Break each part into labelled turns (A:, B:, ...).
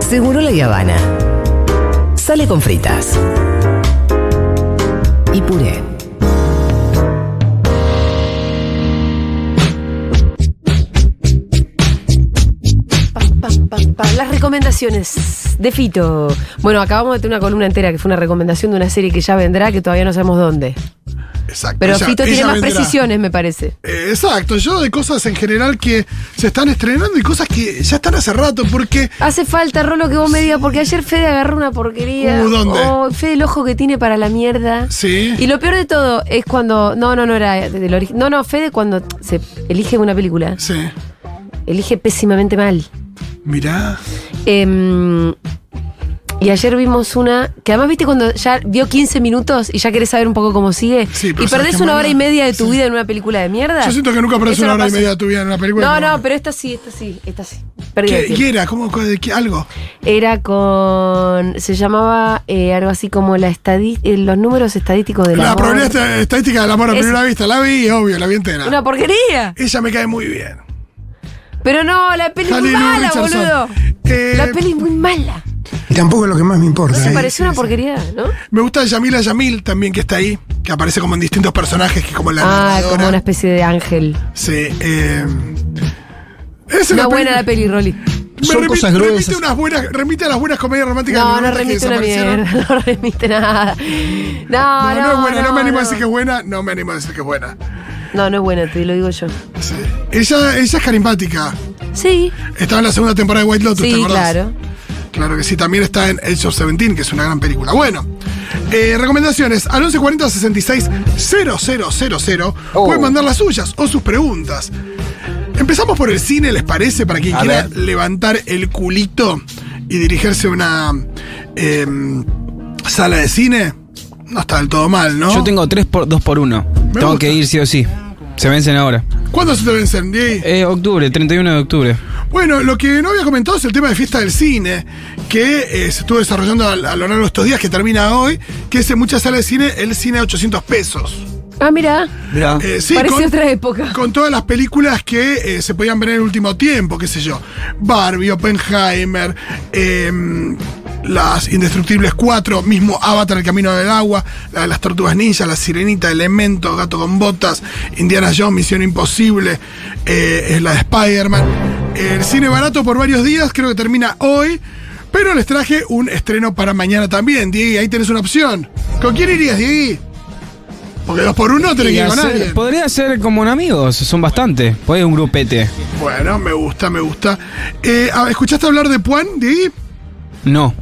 A: Seguro la Habana. Sale con fritas. Y puré.
B: Pa, pa, pa, pa. Las recomendaciones de Fito. Bueno, acabamos de tener una columna entera que fue una recomendación de una serie que ya vendrá, que todavía no sabemos dónde.
C: Exacto.
B: Pero
C: ella-
B: Fito tiene
C: ella
B: más
C: vendrá.
B: precisiones, me parece.
C: Eh, exacto, yo de cosas en general que se están estrenando y cosas que ya están hace rato, porque
B: Hace falta, Rolo, que vos me digas, porque ayer Fede agarró una porquería.
C: Uh, ¿dónde?
B: Oh, Fede, el ojo que tiene para la mierda.
C: sí,
B: Y lo peor de todo es cuando. No, no, no era del origen. No, no, Fede cuando se elige una película,
C: sí.
B: elige pésimamente mal.
C: Mirá,
B: Em, y ayer vimos una. Que además, viste, cuando ya vio 15 minutos y ya querés saber un poco cómo sigue.
C: Sí, pero
B: y
C: ¿sabes
B: perdés
C: qué
B: una
C: manda?
B: hora y media de tu
C: Sí.
B: vida en una película de mierda.
C: yo siento que nunca aparece
B: Ah, Eso
C: una
B: no
C: hora y
B: pasa.
C: media de tu vida en una película.
B: No, no, pero esta sí, esta sí, esta sí. Perdí
C: ¿Qué-
B: el tiempo.
C: ¿Qué era? ¿Cómo? ¿Cuál- de qué? ¿Algo?
B: Era con. Se llamaba eh, algo así como la estadi- eh, los números estadísticos de
C: La probabilidad est- estadística del amor a
B: Es-
C: primera vista, la vi, obvio, la vi entera.
B: Una porquería.
C: Ella me cae muy bien.
B: Pero no, la peli es muy
C: Jalil
B: mala,
C: Richardson.
B: boludo.
C: Eh,
B: La peli es muy mala.
D: Y tampoco es lo que más me importa.
B: No se
D: ¿eh?
B: pareció una porquería, ¿no?
C: Me gusta Yamila Yamil también, que está ahí, que aparece como en distintos personajes, que como la
B: Ah,
C: narradora.
B: como una especie de ángel.
C: Sí, eh, es
B: Una
C: una
B: buena la
C: peli-
B: peli, Rolly.
C: me
D: Son
C: remi-
D: cosas
C: Remite,
D: gruesas.
C: unas buenas, remite a las buenas comedias románticas
B: No,
C: de
B: no
C: los 90 que
B: remite una
C: desaparecieron.
B: mierda, no remite nada. No,
C: No,
B: no,
C: no, es buena, no, me animo a
B: no.
C: decir que es buena, no me animo a decir que es buena.
B: No, no es buena, te lo digo yo.
C: Sí. Ella, ella es carismática.
B: Sí,
C: Estaba en la segunda temporada de White Lotus, ¿te
B: sí,
C: acordás?
B: claro.
C: Claro que sí, también está en El of 17, que es una gran película. Bueno, eh, recomendaciones al 1140 66 0000. Pueden mandar las suyas o sus preguntas. Empezamos por el cine, ¿les parece? Para quien
D: A
C: quiera
D: ver.
C: levantar el culito y dirigirse a una eh, sala de cine. No está del todo mal, ¿no?
E: Yo tengo 3 por 2 por 1. Tengo
C: Ah. gusta.
E: que ir sí o sí. Se vencen ahora.
C: ¿Cuándo se te vencen, Diego?
E: Eh, octubre, 31 de octubre.
C: Bueno, lo que no había comentado es el tema de fiesta del cine, que eh, se estuvo desarrollando a, a lo largo de estos días, que termina hoy, que es en muchas salas de cine el cine a 800 pesos.
B: Ah, mira,
E: Mirá.
C: Eh, sí,
B: parece
C: con,
B: otra época.
C: con todas las películas que eh, se podían ver en el último tiempo, qué sé yo. Barbie, Oppenheimer, em, Las Indestructibles 4, mismo Avatar, El Camino del Agua, la de las Tortugas Ninja, La Sirenita, Elementos, Gato con Botas, Indiana Jones, Misión Imposible, eh, es la de Spider-Man. El cine barato por varios días, creo que termina hoy. Pero les traje un estreno para mañana también, Diego. Ahí tenés una opción. ¿Con quién irías, Diego? Porque dos por uno tenés que ir con
E: Hacer-
C: alguien.
E: podría ser como un amigos, son bastante. Puede un grupete.
C: Bueno, me gusta, me gusta. Eh, ah, ¿Escuchaste hablar de Puan, Diego?
E: No.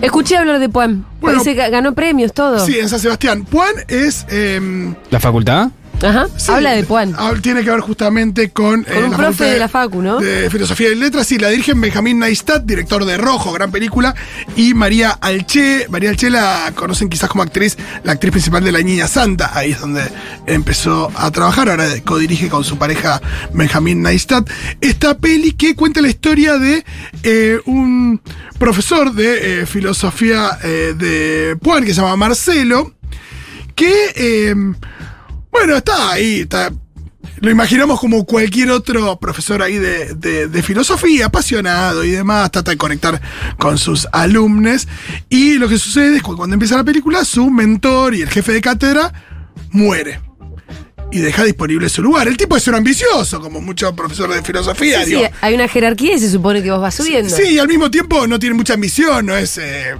B: Escuché hablar de Puan.
C: Bueno.
B: Dice que ganó premios, todo.
C: Sí, en San Sebastián. Puan es. em,
E: ¿La facultad?
B: Ajá.
C: sí,
B: Habla de Puan.
C: ah, Tiene que ver justamente con. eh,
B: Con un profe
C: Facultad
B: de la Facu, ¿no?
C: De Filosofía y Letras. Sí, la dirigen Benjamín Neistat, director de Rojo, gran película. Y María Alche. María Alche la conocen quizás como actriz, la actriz principal de La Niña Santa. Ahí es donde empezó a trabajar. Ahora codirige con su pareja Benjamín Neistat. Esta peli que cuenta la historia de eh, un profesor de eh, filosofía eh, de Puan que se llama Marcelo. Que. em, bueno, está ahí, está. Lo imaginamos como cualquier otro profesor ahí de, de- de filosofía, apasionado y demás, trata de conectar con sus alumnos. Y lo que sucede es que cuando empieza la película, su mentor y el jefe de cátedra muere. Y deja disponible su lugar. El tipo es un ambicioso, como muchos profesores de filosofía.
B: Sí, sí,
C: digo.
B: hay una jerarquía y se supone que vos vas subiendo.
C: Sí, y al mismo tiempo no tiene mucha ambición, no es. eh,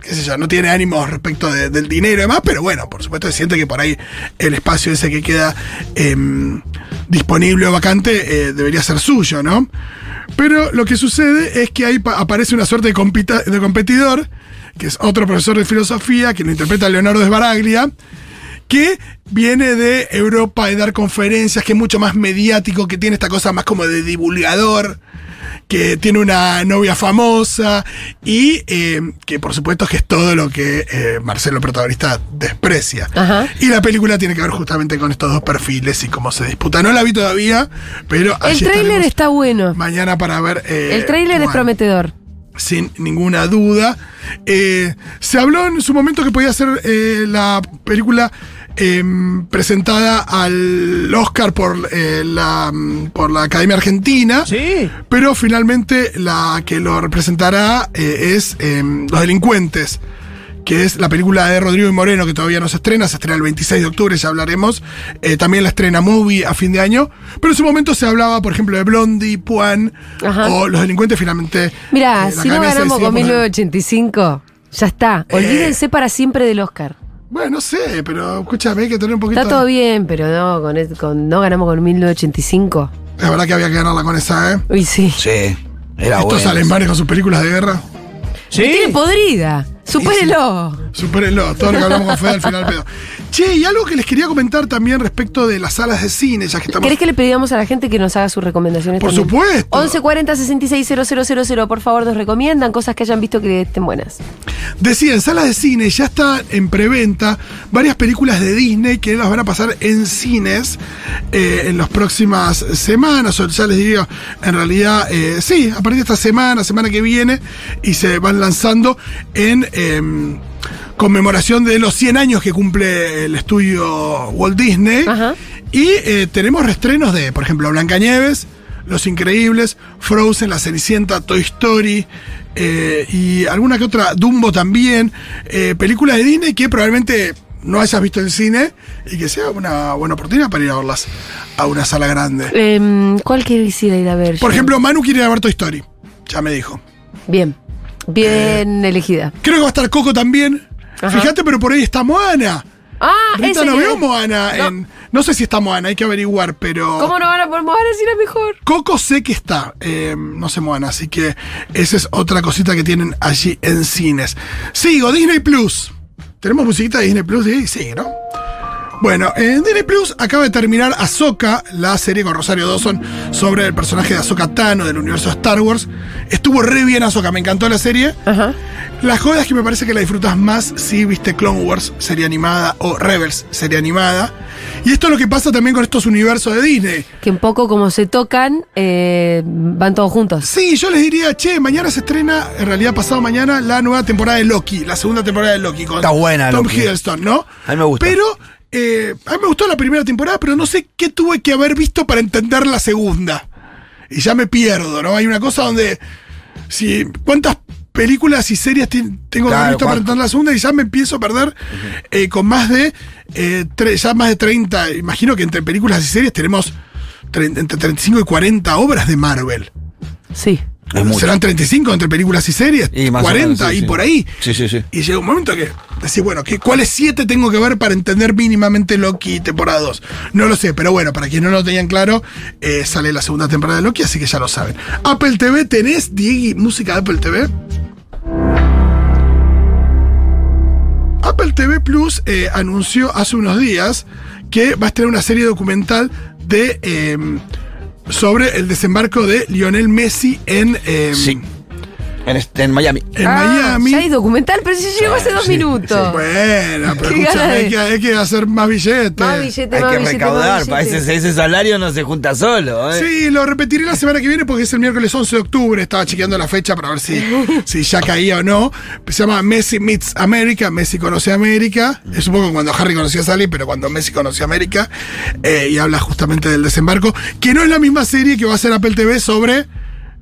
C: qué sé yo, no tiene ánimos respecto de- del dinero y demás, pero bueno, por supuesto se siente que por ahí el espacio ese que queda em, disponible o vacante eh, debería ser suyo, ¿no? Pero lo que sucede es que ahí pa- aparece una suerte de, compita- de competidor, que es otro profesor de filosofía, que lo interpreta Leonardo Sbaraglia, que viene de Europa de dar conferencias, que es mucho más mediático, que tiene esta cosa más como de divulgador, que tiene una novia famosa y eh, que por supuesto que es todo lo que eh, Marcelo, protagonista, desprecia.
B: Ajá.
C: Y la película tiene que ver justamente con estos dos perfiles y cómo se disputa. No la vi todavía, pero...
B: El
C: allí
B: tráiler
C: estaremos
B: está bueno.
C: mañana para ver. eh,
B: El tráiler es
C: Juan,
B: prometedor.
C: Sin ninguna duda. Eh, se habló en su momento que podía ser eh, la película em, presentada al Oscar por, eh, la, mm, por la Academia Argentina.
D: Sí.
C: Pero finalmente la que lo representará eh, es em, Los Delincuentes, que es la película de Rodrigo y Moreno, que todavía no se estrena, se estrena el 26 de octubre, ya hablaremos. Eh, también la estrena Movie a fin de año. Pero en su momento se hablaba, por ejemplo, de Blondie, Puan
B: Ajá.
C: o Los Delincuentes, finalmente.
B: Mirá,
C: eh, la
B: si no
C: Academia se
B: ganamos
C: decidió
B: con
C: por-
B: 1985, ya está.
C: Eh.
B: Olvídense para siempre del Oscar.
C: Bueno, no sé, pero escúchame, hay que tener un poquito.
B: Está todo bien, pero no, con, es- con- no ganamos con 1985.
C: La verdad que había que ganarla con esa, ¿eh?
B: Uy, sí.
F: Sí, era
C: Estos
F: bueno.
C: alemanes con sus películas de guerra.
B: Tiene
D: Sí.
B: podrida. Supérenlo.
C: Supérenlo, todo lo que hablamos con Fede al final, pedo. Che, y algo que les quería comentar también respecto de las salas de cine, ya que estamos.
B: ¿Querés que le pedíamos a la gente que nos haga sus recomendaciones?
C: Por
B: también?
C: supuesto.
B: 1140 660000, por favor, nos recomiendan cosas que hayan visto que estén buenas.
C: Decía, en salas de cine ya está en preventa varias películas de Disney que las van a pasar en cines eh, en las próximas semanas, o ya les digo, en realidad, eh, sí, a partir de esta semana, semana que viene, y se van lanzando en em, conmemoración de los 100 años que cumple el estudio Walt Disney.
B: Ajá.
C: Y eh, tenemos restrenos de, por ejemplo, Blancanieves, Los Increíbles, Frozen, La Cenicienta, Toy Story eh, y alguna que otra, Dumbo también, eh, películas de Disney que probablemente no hayas visto en cine y que sea una buena oportunidad para ir a verlas a una sala grande.
B: Em, ¿Cuál quisiera ir a ver?
C: Por
B: yo?
C: ejemplo, Manu quiere ir a ver Toy Story, ya me dijo.
B: Bien.
C: Eh,
B: Bien elegida.
C: Creo que va a estar Coco también.
B: Ajá.
C: Fíjate, pero por ahí está Moana.
B: Ah,
C: Rita,
B: ese
C: no
B: que-
C: veo Moana.
B: No.
C: En, no sé si está Moana, hay que averiguar, pero...
B: ¿Cómo no van a poder mover si era mejor?
C: Coco sé que está, eh, no se muevan, así que esa es otra cosita que tienen allí en cines. Sigo, Disney Plus. ¿Tenemos musiquita de Disney Plus? Sí, sí, ¿no? Bueno, en Disney Plus acaba de terminar Ahsoka, la serie con Rosario Dawson sobre el personaje de Ahsoka Tano del universo Star Wars. Estuvo re bien Ahsoka, me encantó la serie.
B: Ajá.
C: La joda es que me parece que la disfrutas más si viste Clone Wars serie animada o Rebels serie animada. Y esto es lo que pasa también con estos universos de Disney.
B: Que un poco como se tocan, eh, van todos juntos.
C: Sí, yo les diría, che, mañana se estrena, en realidad pasado mañana, la nueva temporada de Loki, la segunda temporada de Loki. Con
F: Está buena,
C: Tom
F: Loki.
C: Hiddleston, ¿no?
F: A mí me gusta.
C: Pero, eh, a mí me gustó la primera temporada, pero no sé qué tuve que haber visto para entender la segunda. Y ya me pierdo, ¿no? Hay una cosa donde, si, ¿cuántas películas y series ti- tengo que haber
F: Claro,
C: visto para
F: ¿cuánto?
C: entender la segunda? Y ya me empiezo a perder eh, con más de, eh, tre- ya más de 30, imagino que entre películas y series tenemos tre- entre 35 y 40 obras de Marvel.
B: Sí.
F: Es mucho.
C: Serán 35 entre películas y series,
F: Y más o
C: 40
F: menos, sí,
C: y
F: sí.
C: por ahí.
F: Sí, sí, sí.
C: Y llega un momento que decís, bueno, ¿qué, ¿cuáles 7 tengo que ver para entender mínimamente Loki temporada 2? No lo sé, pero bueno, para quienes no lo tenían claro, eh, sale la segunda temporada de Loki, así que ya lo saben. Apple TV, ¿tenés, Diego, música de Apple TV? Apple TV Plus eh, anunció hace unos días que va a estrenar una serie documental de eh, sobre el desembarco de Lionel Messi en, eh,
F: Sí. En, este- en Miami.
C: en
B: Ah,
C: Miami.
B: Ya hay documental, pero si llegó hace dos minutos.
C: Bueno, pero
B: Qué
C: escúchame,
B: ganas de-
C: hay que, hay que hacer más billetes.
B: Más billete,
F: Hay
B: más
F: que
B: billete,
F: recaudar,
B: más
F: para
B: billete.
F: ese, ese salario no se junta solo. ¿eh?
C: Sí, lo repetiré la semana que viene porque es el miércoles 11 de octubre. Estaba chequeando la fecha para ver si, si ya caía o no. Se llama Messi Meets America. Messi conoce a América. Es un poco cuando Harry conocía a Sally, pero cuando Messi conoció a América. eh, y habla justamente del desembarco, que no es la misma serie que va a hacer Apple TV sobre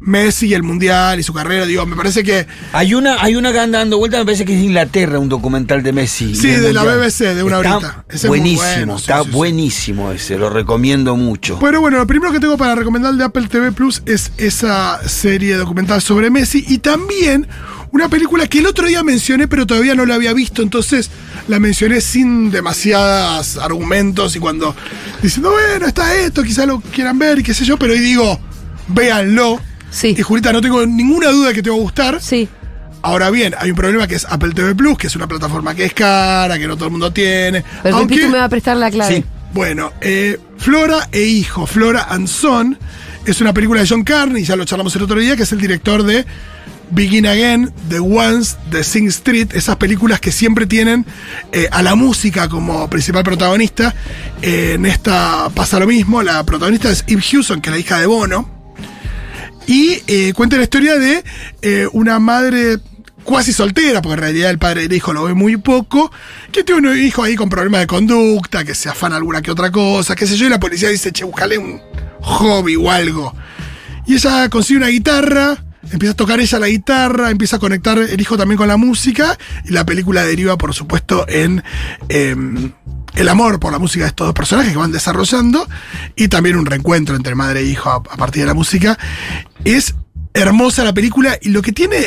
C: Messi y el Mundial y su carrera. Digo, me parece que
F: Hay una, hay una que anda dando vuelta, me parece que es de Inglaterra, un documental de Messi.
C: Sí,
F: Del
C: de la
F: Mundial.
C: BBC, de una
F: Está
C: horita. Ese es muy
F: buenísimo,
C: bueno, sí,
F: está
C: sí, Pues, sí.
F: buenísimo ese, lo recomiendo mucho.
C: Pero bueno, lo primero que tengo para recomendar de Apple TV Plus es esa serie documental sobre Messi y también una película que el otro día mencioné pero todavía no la había visto, entonces la mencioné sin demasiados argumentos y cuando diciendo, bueno, está esto, quizá lo quieran ver y qué sé yo, pero hoy digo, véanlo.
B: Sí.
C: Y Julita, no tengo ninguna duda que te va a gustar.
B: Sí.
C: Ahora bien, hay un problema que es Apple TV Plus, que es una plataforma que es cara, que no todo el mundo tiene.
B: Pero el
C: aunque-
B: Pitu me va a prestar la clave.
F: Sí.
C: bueno, eh, Flora e Hijo, Flora and Son, es una película de John Carney, ya lo charlamos el otro día, que es el director de Begin Again, The Once, The Sing Street, esas películas que siempre tienen eh, a la música como principal protagonista. Eh, en esta pasa lo mismo, la protagonista es Eve Hewson, que es la hija de Bono. Y eh, cuenta la historia de eh, una madre cuasi soltera, porque en realidad el padre del hijo lo ve muy poco, que tiene un hijo ahí con problemas de conducta, que se afana alguna que otra cosa, qué sé yo, y la policía dice, che, buscale un hobby o algo. Y ella consigue una guitarra, empieza a tocar ella la guitarra, empieza a conectar el hijo también con la música, y la película deriva, por supuesto, en... em, el amor por la música de estos dos personajes que van desarrollando y también un reencuentro entre madre e hijo a, a partir de la música. Es hermosa la película y lo que tiene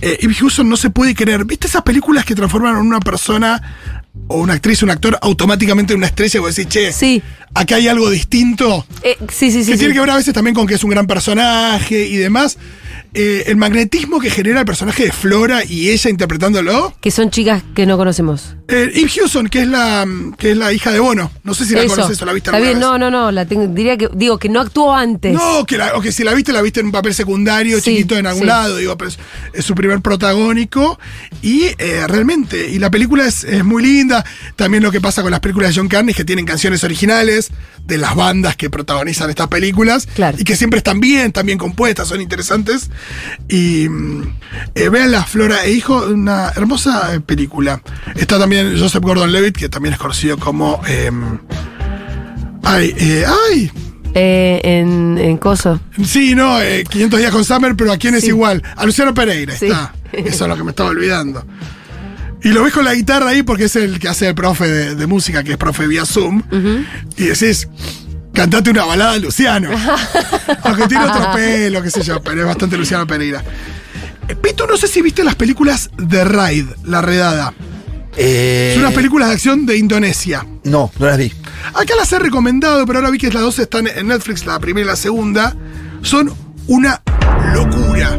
C: eh, Eve Hewson no se puede creer. ¿Viste esas películas que transforman a una persona o una actriz, un actor automáticamente en una estrella y vos decís, che,
B: Sí.
C: acá hay algo distinto?
B: Eh, sí, sí,
C: que
B: sí. sí.
C: tiene que ver a veces también con que es un gran personaje y demás. Eh, el magnetismo que genera el personaje de Flora y ella interpretándolo.
B: Que son chicas que no conocemos.
C: Eh, Eve Hewson, que es la mm, que es la hija de Bono. No sé si la conoces o la viste
B: Está
C: alguna
B: bien,
C: vez.
B: no, no, no. La tengo- diría que, digo, que no actuó antes.
C: No, que la- o que si la viste, la viste en un papel secundario,
B: Sí,
C: chiquito en algún
B: sí.
C: lado, digo, pero es, es su primer protagónico. Y eh, realmente, y la película es, es muy linda. También lo que pasa con las películas de John Carney es que tienen canciones originales de las bandas que protagonizan estas películas.
B: Claro.
C: Y que siempre están bien, están bien compuestas, son interesantes. Y mm, eh, vean la Flora e Hijo, una hermosa eh, película. Está también Joseph Gordon Levitt, que también es conocido como. em, ay, eh, ay,
B: Eh, en, en Coso.
C: Sí, no, eh, 500 días con Summer, pero ¿a quién es
B: Sí.
C: igual? A Luciano Pereira,
B: Sí.
C: está. Eso es lo que me estaba olvidando. Y lo ves con la guitarra ahí porque es el que hace el profe de, de música, que es profe vía Zoom. Y decís, cantate una balada a Luciano. Aunque tiene otro pelo, qué sé yo, pero es bastante Luciano Pereira. Eh, Pito, no sé si viste las películas de Raid, La Redada.
F: Eh,
C: Son unas películas de acción de Indonesia.
F: No, no las vi.
C: Acá las he recomendado, pero ahora vi que las dos están en Netflix, la primera y la segunda. Son una locura.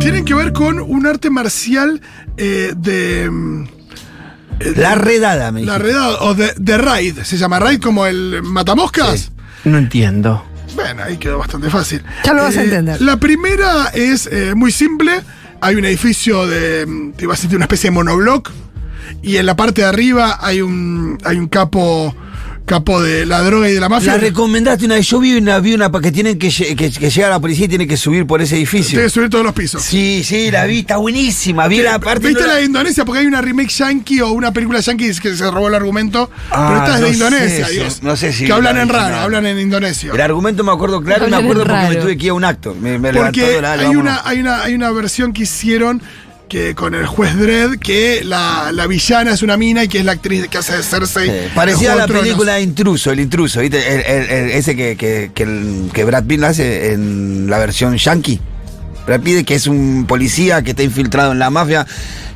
C: Tienen que ver con un arte marcial eh, de. mm, eh,
F: La redada, me
C: La
F: dijiste.
C: redada, o de, de Raid. Se llama Raid como el matamoscas.
E: No entiendo.
C: Bueno, ahí quedó bastante fácil. Eh,
B: Ya lo vas a entender.
C: La primera es eh, muy simple. Hay un edificio de, mm, te iba a decir, de una especie de monobloc. Y en la parte de arriba hay un, hay un capo, capo de la droga y de la mafia.
F: La recomendaste una vez. Yo vi una, vi una pa- que tienen que, lle- que, que llega la policía y tiene que subir por ese edificio.
C: Tiene que subir todos los pisos.
F: Sí, sí, la vi, está buenísima. Vi la parte.
C: ¿Viste
F: no
C: la de Indonesia? Porque hay una remake yankee o una película yankee que se robó el argumento.
F: Ah,
C: pero esta es de
F: no sé
C: Indonesia,
F: eso,
C: Dios.
F: no sé si
C: Que hablan
F: la
C: en
F: original.
C: raro, hablan en indonesio.
F: El argumento me acuerdo claro, y me
B: Hablan
F: acuerdo porque me
B: raro.
F: tuve que ir a un acto. Me, me
C: Porque
F: levantó la
C: hay una, hay, una, hay una versión que hicieron que con el juez Dredd que la, la villana es una mina y que es la actriz que hace de Cersei. en
F: Parecía
C: Juego
F: la
C: de Tronos.
F: película Intruso, el intruso, ¿viste? El- el- el- ese que, que, que el- que Brad Pitt lo hace en la versión yankee. Brad Pitt, que es un policía que está infiltrado en la mafia,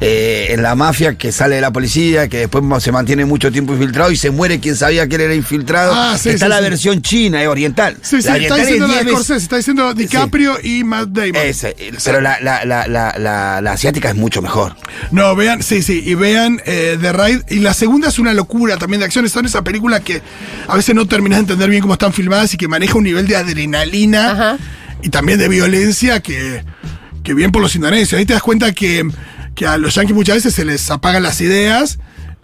F: eh, en la mafia que sale de la policía, que después mo- se mantiene mucho tiempo infiltrado y se muere quien sabía que él era infiltrado.
C: Ah, sí,
F: está
C: sí,
F: la
C: sí.
F: versión china, eh, oriental.
C: Sí, sí,
F: la
C: está
F: oriental es
C: diciendo la de
F: 10 veces-
C: Scorsese, está diciendo DiCaprio y Matt Damon.
F: Esa, eh, pero la, la- la- la- la- la asiática es mucho mejor.
C: No, vean, sí, sí, y vean eh, The Raid. Y la segunda es una locura también de acciones. Son esas películas que a veces no terminas de entender bien cómo están filmadas y que maneja un nivel de adrenalina
B: Ajá.
C: y también de violencia que, que bien por los indonesios. Ahí te das cuenta que, que a los yanquis muchas veces se les apagan las ideas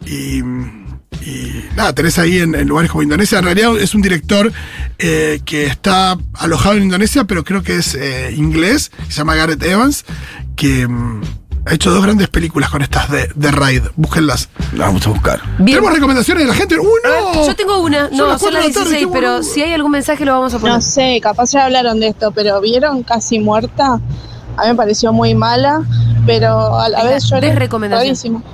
C: y. y nada, tenés ahí en, en lugares como Indonesia. En realidad es un director eh, que está alojado en Indonesia, pero creo que es eh, inglés. Se llama Gareth Evans, que mm, ha hecho dos grandes películas con estas de, de Raid. Búsquenlas.
F: La vamos a buscar.
B: Bien.
C: Tenemos recomendaciones de la gente. ¡Uno!
B: Yo tengo una, no,
C: las cuatro
B: son las
C: de la tarde,
B: 16,
C: qué
B: pero
C: boludo.
B: si hay algún mensaje lo vamos a poner.
D: No sé, capaz ya hablaron de esto, pero ¿vieron Casi Muerta? A mí me pareció muy mala, pero a la
B: Venga,
D: vez yo
B: des recomendación.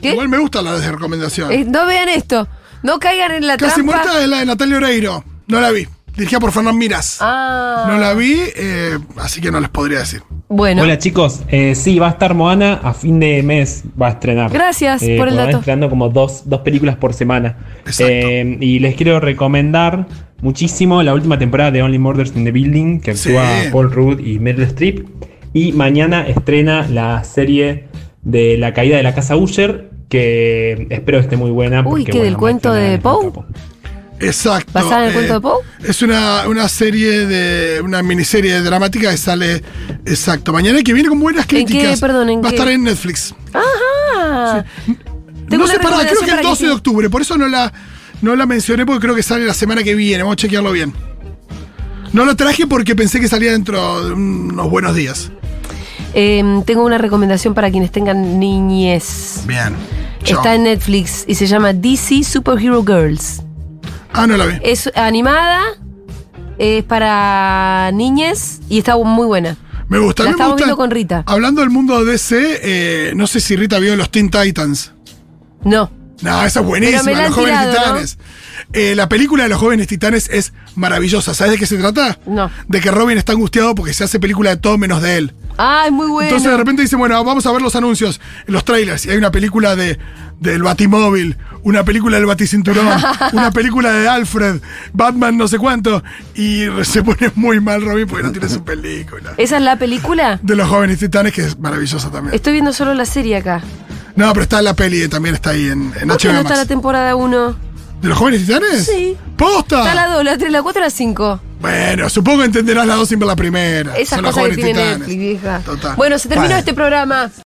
B: ¿Qué?
C: Igual me gustan las de recomendación.
B: Eh, no vean esto. No caigan en la
C: Casi
B: trampa.
C: muerta es la de Natalia Oreiro. No la vi. Dirigida por Fernán Miras.
B: Ah.
C: No la vi, eh, así que no les podría decir.
B: Bueno.
G: Hola chicos, Eh, sí, va a estar Moana a fin de mes, va a estrenar.
B: Gracias por el
G: porque van
B: dato.
G: estrenando como dos, dos películas por semana.
C: Exacto.
G: Eh, y les quiero recomendar muchísimo la última temporada de Only Murders in the Building, que
C: Sí.
G: actúa Paul Rudd y Meryl Streep. Y mañana estrena la serie de La caída de la casa Usher, que espero esté muy buena.
B: Uy,
G: porque,
B: ¿qué, del cuento
G: muestra
B: de
G: a
B: Poe?
G: Capo.
C: Exacto.
B: ¿Basada en el
C: eh,
B: cuento de Poe?
C: Es una, una serie de. una miniserie dramática que sale. Exacto. Mañana que viene con buenas
B: ¿En qué?
C: críticas.
B: Perdón, ¿en
C: Va a
B: qué?
C: estar en Netflix.
B: Ajá.
C: no
B: Tengo una
C: sé, pará, creo
B: recomendación
C: que el
B: para que
C: 12 de
B: sí.
C: octubre, por eso no la, no la mencioné, porque creo que sale la semana que viene. Vamos a chequearlo bien. No la traje porque pensé que salía dentro de unos buenos días.
B: Eh, tengo una recomendación para quienes tengan niñez.
C: Bien. Yo.
B: Está en Netflix y se llama DC Superhero Girls.
C: Ah, no la vi.
B: Es animada, es para niñes y está muy buena.
C: Me gusta. a
B: La
C: mí me
B: estamos
C: gusta-
B: viendo con Rita.
C: Hablando del mundo DC, eh, no sé si Rita vio los Teen Titans.
B: No.
C: No, esa es
B: Pero me
C: buenísima,
B: la han
C: Los Jóvenes
B: tirado,
C: Titanes. Eh, la película de Los Jóvenes Titanes es maravillosa. ¿Sabes de qué se trata?
B: No.
C: De que Robin está angustiado porque se hace película de todo menos de él.
B: Ah, es muy buena.
C: Entonces de repente dice, bueno, vamos a ver los anuncios, los trailers. Y hay una película de del Batimóvil, una película del Baticinturón, una película de Alfred, Batman no sé cuánto. Y se pone muy mal Robin porque no tiene su película.
B: ¿Esa es la película?
C: De los jóvenes titanes, que es maravillosa también.
B: Estoy viendo solo la serie acá.
C: No, pero está la peli, eh, también está ahí en, en
B: ¿Por qué
C: HBO
B: no está la
C: Max.
B: temporada 1?
C: ¿De los jóvenes titanes?
B: Sí.
C: ¡Posta!
B: Está la 2, la 3, la 4, la 5.
C: Bueno, supongo que entenderás la dos sin ver la primera.
B: Esas
C: Son los
B: cosas que
C: jóvenes
B: tiene
C: titanes.
B: Netflix, vieja.
C: Total.
B: Bueno, se terminó este programa.